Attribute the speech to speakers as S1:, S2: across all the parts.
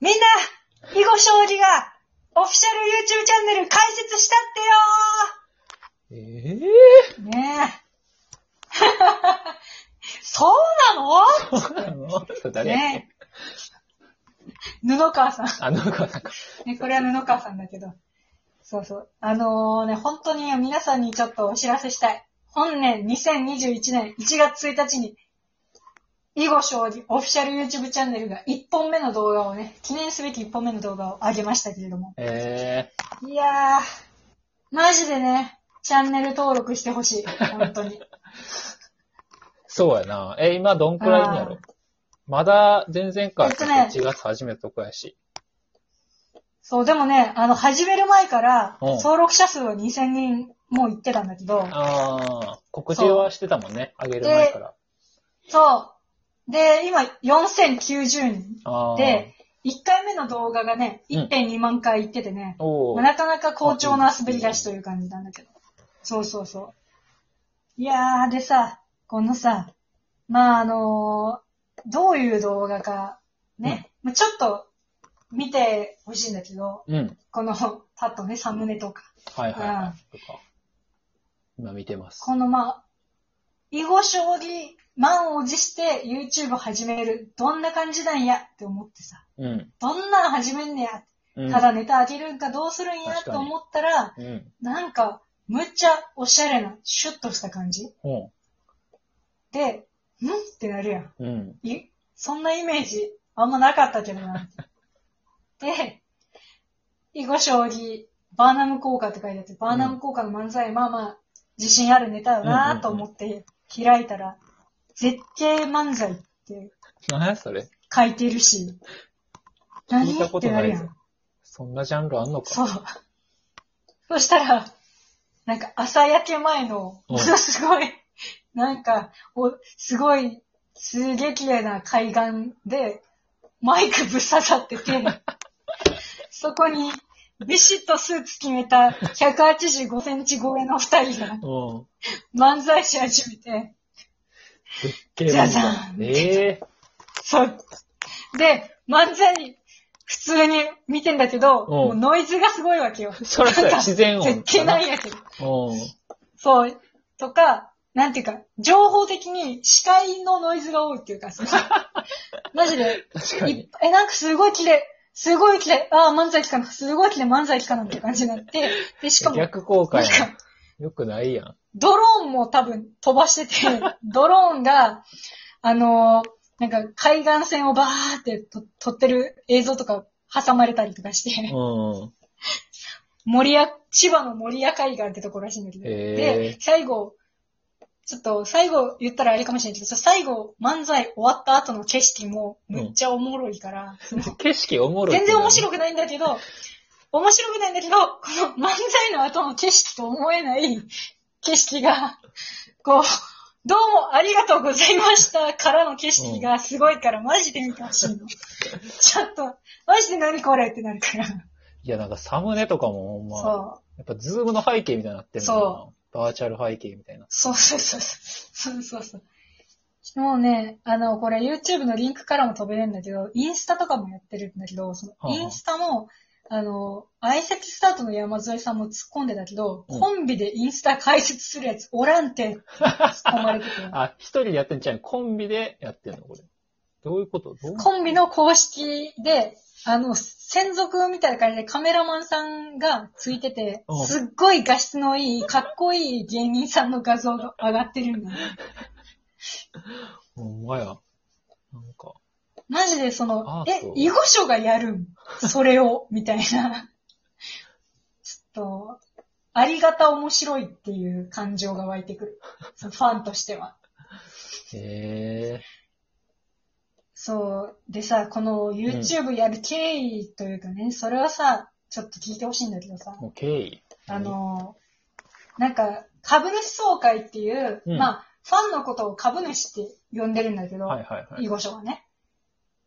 S1: みんな、囲碁将棋が、オフィシャル YouTube チャンネル開設した
S2: ええ
S1: ってよーねえ。 そうなの
S2: ー、そうなのそうだね。
S1: ねえ。布川さん。
S2: あの子はなんか、
S1: ね、これは布川さんだけど。そうそう。あのーね、本当に皆さんにちょっとお知らせしたい。本年2021年1月1日に、囲碁将棋オフィシャル YouTube チャンネルが1本目の動画をね、記念すべき1本目の動画を上げましたけれども。
S2: え
S1: いやー、マジでね、チャンネル登録してほしい。本当に。
S2: ー、そうやな。え、今どんくらいいんやろまだ前々回、
S1: えっとね
S2: 1月初めのとこやし。
S1: そう、でもね、あの、始める前から、
S2: うん
S1: 登録者数は2000人もう行ってたんだけど、
S2: ああ、告知はしてたもんね。あげる前から。
S1: そう。で、今、4090人。
S2: ああ。
S1: で、1回目の動画がね、
S2: うん
S1: 1.2万回いっててね、
S2: お
S1: まあ
S2: お。
S1: なかなか好調な滑り出しという感じなんだけど。そうそうそう。いやー、でさ、このさ、まああのーどういう動画か、ね、まあちょっと見てほしいんだけど、
S2: うん。
S1: この、パッとね、サムネとか。
S2: はいはい
S1: うん
S2: はい。とか今見てます。
S1: このまあ、囲碁将棋、満を持して YouTube 始める。どんな感じなんやって思ってさ、
S2: うん。
S1: どんなの始めんねや
S2: うん
S1: ただネタあげるんかどうするんや
S2: 確か
S1: と
S2: に
S1: 思ったら、
S2: うん。
S1: なんか、むっちゃおしゃれな、シュッとした感じ
S2: う
S1: で、んってなるや
S2: ん。うん。
S1: ん。いそんなイメージ、あんまなかったけどな。で、囲碁将棋、バーナム効果って書いてあって、バーナム効果の漫才、まあまあ、自信あるネタだなと思って開いたら、絶景漫才って
S2: 何やそれ
S1: 書いてるし、何
S2: 聞いたこ
S1: っ
S2: と
S1: てな
S2: な
S1: る
S2: い
S1: や
S2: ぞ
S1: ん。。
S2: そんなジャンルあんのか。
S1: そう。そしたら、なんか朝焼け前の、
S2: うん
S1: ものすごい、なんか、おすごい、すげえ綺麗な海岸で、マイクぶっ刺さってて、 そこに、ビシッとスーツ決めた185センチ超えの二人が
S2: うん。
S1: 漫才し始めて、
S2: ゲーム
S1: じゃじゃん
S2: ええ
S1: そう。で、漫才、普通に見てんだけど、
S2: ん
S1: もうノイズがすごいわけよ。
S2: そらそうや
S1: なんか
S2: 自然音かな
S1: 絶景ないやけど。
S2: うん。
S1: そう、とか、なんていうか、情報的に視界のノイズが多いっていうか、そ のマジで、
S2: 確か
S1: いっ
S2: に。
S1: ぱいえ、なんかすごい綺麗、すごい綺麗、ああ、漫才来たな、すごい綺麗、漫才来たなって感じになって、で、しかも、なんか、
S2: 逆効果やん。よくないやん。
S1: ドローンも多分飛ばして て、ドローンが、あのーなんか海岸線をバーってと撮ってる映像とか挟まれたりとかして、
S2: うん。
S1: 森屋、千葉の森屋海岸ってとこらしいんだけど。
S2: へ
S1: で、最後、ちょっと最後言ったらあれかもしれないけど、ちょっと最後漫才終わった後の景色もめっちゃおもろいから、
S2: 景色おもろい。
S1: 全然面白
S2: い。
S1: くないんだけど、面白くないんだけど、この漫才の後の景色と思えない 景色が、こう、どうもありがとうございましたからの景色がすごいから、マジで見てほしいの。 ちょっと、マジで何これってなるから。
S2: いや、なんかサムネとかもほんま、
S1: そう。
S2: やっぱズームの背景みたいになってる
S1: そ
S2: バーチャル背景みたいな。
S1: そうそうそうそう。そうそうそう。もうね、あの、これ YouTube のリンクからも飛べるんだけど、インスタとかもやってるんだけど、そ
S2: はあ
S1: のインスタも、あの、相席スタートの山添さんも突っ込んでたけど、
S2: うん。
S1: コンビでインスタ解説するやつおらんて、突っ込まれてて
S2: あ、一人でやってんちゃうんコンビでやってんのこれ。どういうことどう
S1: コンビの公式で、あの、専属みたいな感じでカメラマンさんがついてて
S2: う、ん
S1: すっごい画質のいい、かっこいい芸人さんの画像が上がってるんだよ。
S2: ほんまや。なんか、
S1: マジでそ
S2: あ
S1: の、え
S2: そう、
S1: 囲碁書がやる んそれを、みたいな。ちょっと、ありがた面白いっていう感情が湧いて くる。そのファンとしては。
S2: へえ
S1: そう。でさ、この YouTube やる経緯というかね、それはさ、ちょっと聞いてほしいんだけどさ、
S2: もう経緯。
S1: あ、の、なんか、株主総会っていう、
S2: うん
S1: まあ、ファンのことを株主って呼んでるんだけど、
S2: はいはいはい。
S1: 囲碁書はね。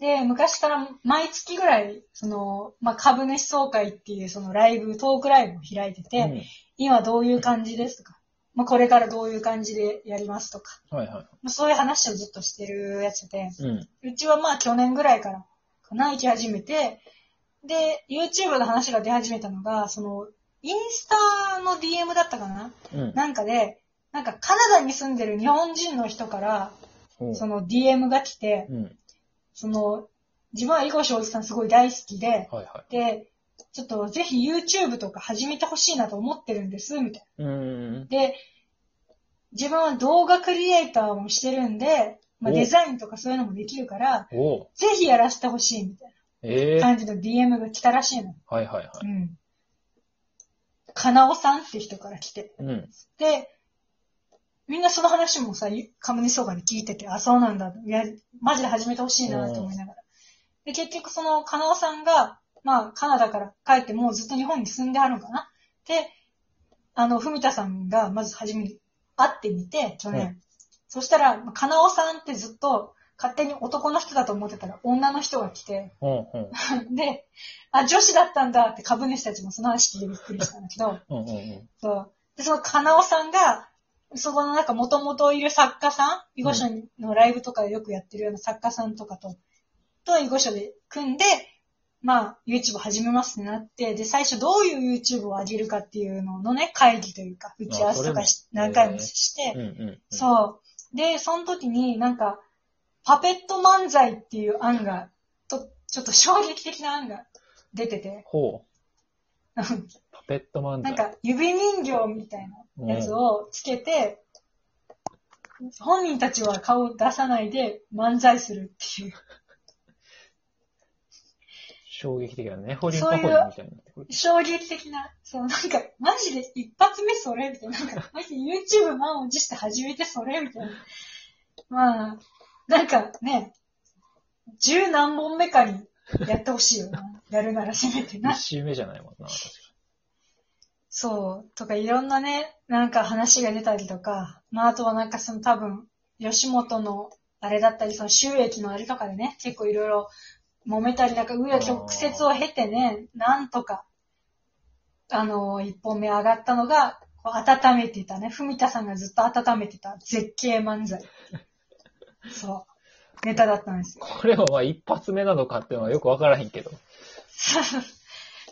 S1: で、昔から毎月ぐらい、その、まあ、株主総会っていうそのライブ、トークライブを開いてて、今どういう感じですとか、まあ、これからどういう感じでやりますとか、
S2: うん、はいは
S1: まあ、そういう話をずっとしてるやつで、
S2: い。うん。
S1: うちはまあ去年ぐらいからかな、行き始めて、で、YouTube の話が出始めたのが、その、インスタの DM だったかな
S2: うん。
S1: なんかで、なんかカナダに住んでる日本人の人から、
S2: うん
S1: その DM が来て、
S2: うん。
S1: その、自分は囲碁将棋さんすごい大好きで、
S2: はいは
S1: で、ちょっとぜひ YouTube とか始めてほしいなと思ってるんです、みたい
S2: い。うん。
S1: な。で、自分は動画クリエイターもしてるんで、まあ、
S2: お
S1: デザインとかそういうのもできるから、
S2: おう
S1: ぜひやらせてほしいみたい
S2: え
S1: な
S2: え
S1: 感じの DM が来たらしいの。
S2: はいはいは
S1: うん。かなおさんって人から来て。
S2: い。うん。
S1: で、みんなその話もさ、ゆカムニソーガに聞いてて、あ、そうなんだ。いや、マジで始めてほしいなと思いながら。で、結局その、カナオさんが、まあ、カナダから帰ってもうずっと日本に住んであるのかな。で、あの、文田さんがまず初めに会ってみて、去年。
S2: う
S1: そしたら、まあカナオさんってずっと勝手に男の人だと思ってたら女の人が来て、
S2: うんうん。
S1: で、あ、女子だったんだって株主たちもその話聞いてびっくりしたんだけど、
S2: うんうんうん。
S1: そう。で、その、かなおさんが、そこのなんか、もともといる作家さん、囲碁書のライブとかでよくやってるような作家さんとかと、と囲碁書で組んで、まあ、YouTube 始めますってなって、で、最初どういう YouTube を上げるかっていうののね、会議というか、打ち合わせとかし
S2: あそれも
S1: 何回もして
S2: うん、うん。う。
S1: そう。で、その時になんか、パペット漫才っていう案が、と、ちょっと衝撃的な案が出てて、
S2: ほう。パペット漫
S1: な
S2: 才。
S1: んか、指人形みたいなやつをつけて、本人たちは顔を出さないで漫才するっていう、
S2: 衝撃的だね。ホリン
S1: そう
S2: パ
S1: いう
S2: ホリンみたいになってくる。
S1: 衝撃的な、そう、なんか、マジで一発目それみたいな、なんか、マジで YouTube 満を持して始めてそれみたいな。まあ、なんかね、十何本目かにやってほしいよな。やるならせめてな
S2: 一。周目じゃないもんな、確か
S1: そう、とかいろんなね、なんか話が出たりとか、まああとはなんかその多分、吉本のあれだったり、その収益のあれとかでね、結構いろいろ揉めたり、なんか紆余曲折を経てね、なんとか、あのー一本目上がったのが、こう温めてたね、文田さんがずっと温めてた絶景漫才。そう、ネタだったんですよ。
S2: に。これはまあ一発目なのかっていうのはよくわからへんけど。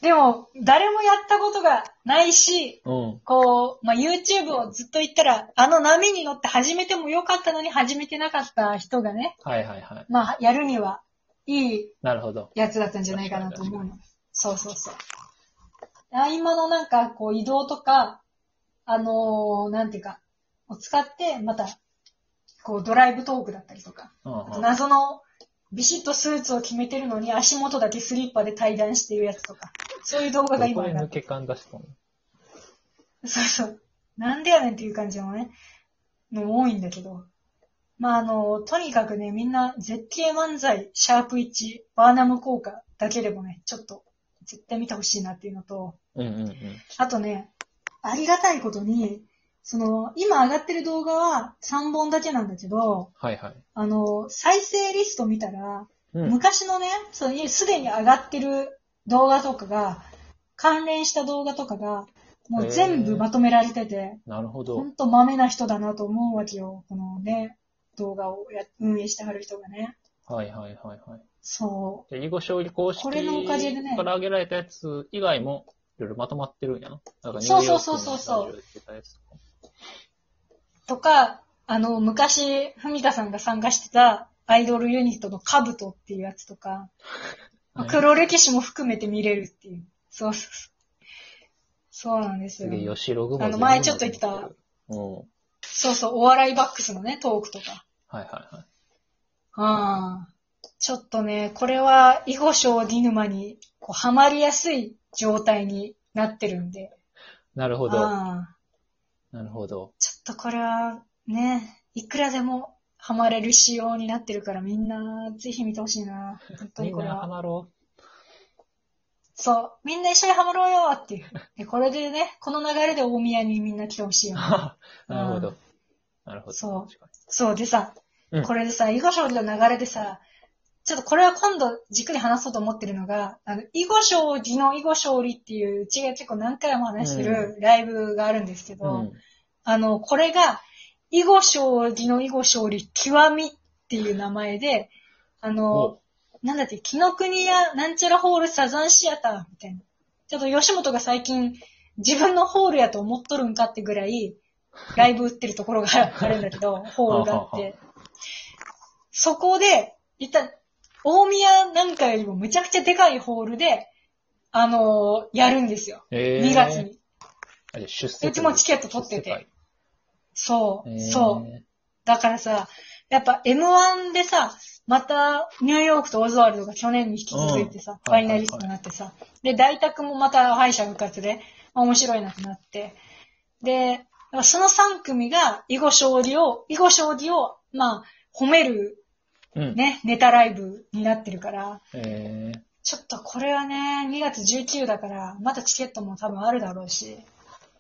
S1: でも、誰もやったことがないし、
S2: うん。
S1: こう、まあ、YouTube をずっと言ったら、あの波に乗って始めてもよかったのに始めてなかった人がね、
S2: はいはいはい。
S1: まあ、やるには、いい
S2: なるほど。
S1: やつだったんじゃないかなと思うの。そうそうそう。合間のなんか、こう、移動とか、あのーなんていうか、を使って、また、こう、ドライブトークだったりとか、
S2: うん
S1: あと
S2: うん。
S1: 謎の、ビシッとスーツを決めてるのに足元だけスリッパで対談してるやつとか、そういう動画が
S2: どこ
S1: 今上
S2: で
S1: がっ
S2: 抜け感出したの
S1: そうそう。なんでやねんっていう感じのね、のも多いんだけど。まあ、あの、とにかくね、みんな、絶景漫才、シャープ1、バーナム効果だけでもね、ちょっと、絶対見てほしいなっていうのと、
S2: うんうん
S1: あとね、ありがたいことに、その、今上がってる動画は3本だけなんだけど、
S2: はいはい。
S1: あの、再生リスト見たら、
S2: うん。
S1: 昔のね、そのすでに上がってる動画とかが、関連した動画とかが、もう全
S2: へ
S1: 部
S2: ー
S1: まとめられてて、
S2: なるほど
S1: ほ。んと豆な人だなと思うわけよ。このね、動画をや運営してはる人がね。
S2: はいはいはいはい。
S1: そ
S2: じゃあ、囲碁将棋公式
S1: これのおかげでね
S2: から上げられたやつ以外も、いろいろまとまってるんやな。なんか
S1: そうそうそうそうそう
S2: ニューヨークのラジオで言ってたやつとか
S1: う。とか、あの、昔、文田さんが参加してたアイドルユニットのカブトっていうやつとか、まあ
S2: はい
S1: 黒歴史も含めて見れるっていう。そうそうそう。そうなんです
S2: すげえ、
S1: よ。
S2: 吉ログも
S1: あの前ちょっと言ってた
S2: 全部載てるうん。はい
S1: そうそう、お笑いバックスのね、トークとか。
S2: はいはい。
S1: ああ。ちょっとね、これは、囲碁将ディヌマに、こう、ハマりやすい状態になってるんで。
S2: なるほど。
S1: ああ。
S2: なるほど。
S1: ちょっとこれはね、いくらでもハマれる仕様になってるからみんなぜひ見てほしいな。本当
S2: み
S1: に
S2: ん
S1: これ
S2: なハ
S1: は。
S2: マろ。
S1: そう、みんな一緒にハマろうよっていう。でこれでね、この流れで大宮にみんな来てほしいうよね。
S2: な るほど。なるほど。
S1: そう
S2: 確かに
S1: そうでさ、
S2: うん
S1: これでさ、囲碁将棋の流れでさ、ちょっとこれは今度じっくり話そうと思ってるのが、あの、囲碁将棋の囲碁将棋っていう、うちが結構何回も話してるライブがあるんですけど、
S2: うん。
S1: あの、これが、囲碁将棋の囲碁将棋極みっていう名前で、あの
S2: お、
S1: なんだっけ、紀ノ国屋なんちゃらホールサザンシアターみたいな。ちょっと吉本が最近自分のホールやと思っとるんかってぐらい、ライブ売ってるところが あるんだけど、ホールがあっ
S2: はあ
S1: て。そこで、いった、大宮なんかよりもむちゃくちゃでかいホールで、あのーやるんですよ。
S2: え
S1: 2月に。
S2: あ。出世。
S1: うちもチケット取ってて
S2: 出世会。
S1: そう、
S2: えー
S1: そう。だからさ、やっぱ M1 でさ、またニューヨークとオズワルドが去年に引き続いてさ、
S2: うん
S1: ファイナリストになってさ、で、大宅もまた敗者復活で、まあ面白いなってなって、で、その3組が囲碁将棋を、囲碁将棋を、まあ、褒める
S2: うん。
S1: ね、ネタライブになってるから、
S2: えー
S1: ちょっとこれはね、2月19だから、またチケットも多分あるだろうし、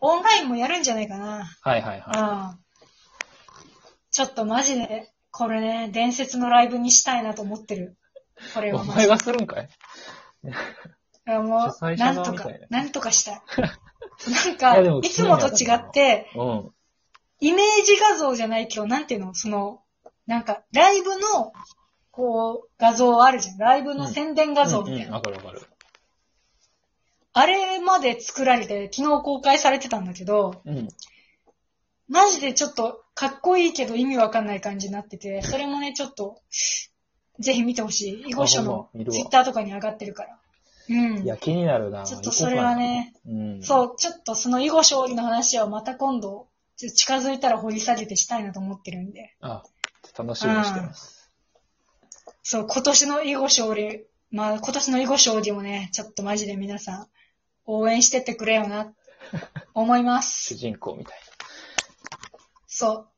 S1: オンラインもやるんじゃないかな。
S2: はいはいはい。
S1: うんちょっとマジで、これね、伝説のライブにしたいなと思ってる。これ
S2: お
S1: をマ
S2: 前
S1: ジで。
S2: がするんかい
S1: いやも
S2: 主催
S1: う、
S2: 者側
S1: なんとか
S2: みたいな、
S1: なんとかしたい。なん
S2: い
S1: か、
S2: やでも
S1: いつもと違って、
S2: うん。
S1: イメージ画像じゃないけど、なんていうの、その、なんか、ライブの、こう、画像あるじゃん。ライブの宣伝画像みたいな。
S2: うんうんわかるわかる。
S1: あれまで作られて、昨日公開されてたんだけど、
S2: うん。
S1: マジでちょっとかっこいいけど意味わかんない感じになって て、それもね、ちょっと、ぜひ見てほしい。囲碁書の
S2: あほんま見るわ
S1: ツイッターとかに上がってるから。うん
S2: い。や、気になるな。
S1: ちょっとそれはね
S2: 行こうかな。うん。う。
S1: そう、ちょっとその囲碁将棋の話はまた今度、ちょっと近づいたら掘り下げてしたいなと思ってるんで。
S2: あ、楽しみにしてます。
S1: そう、今年の囲碁将棋、まあ今年の囲碁将棋もね、ちょっとマジで皆さん、応 援してってくれよな、思いま
S2: 主
S1: す。
S2: 人公みたい
S1: そう。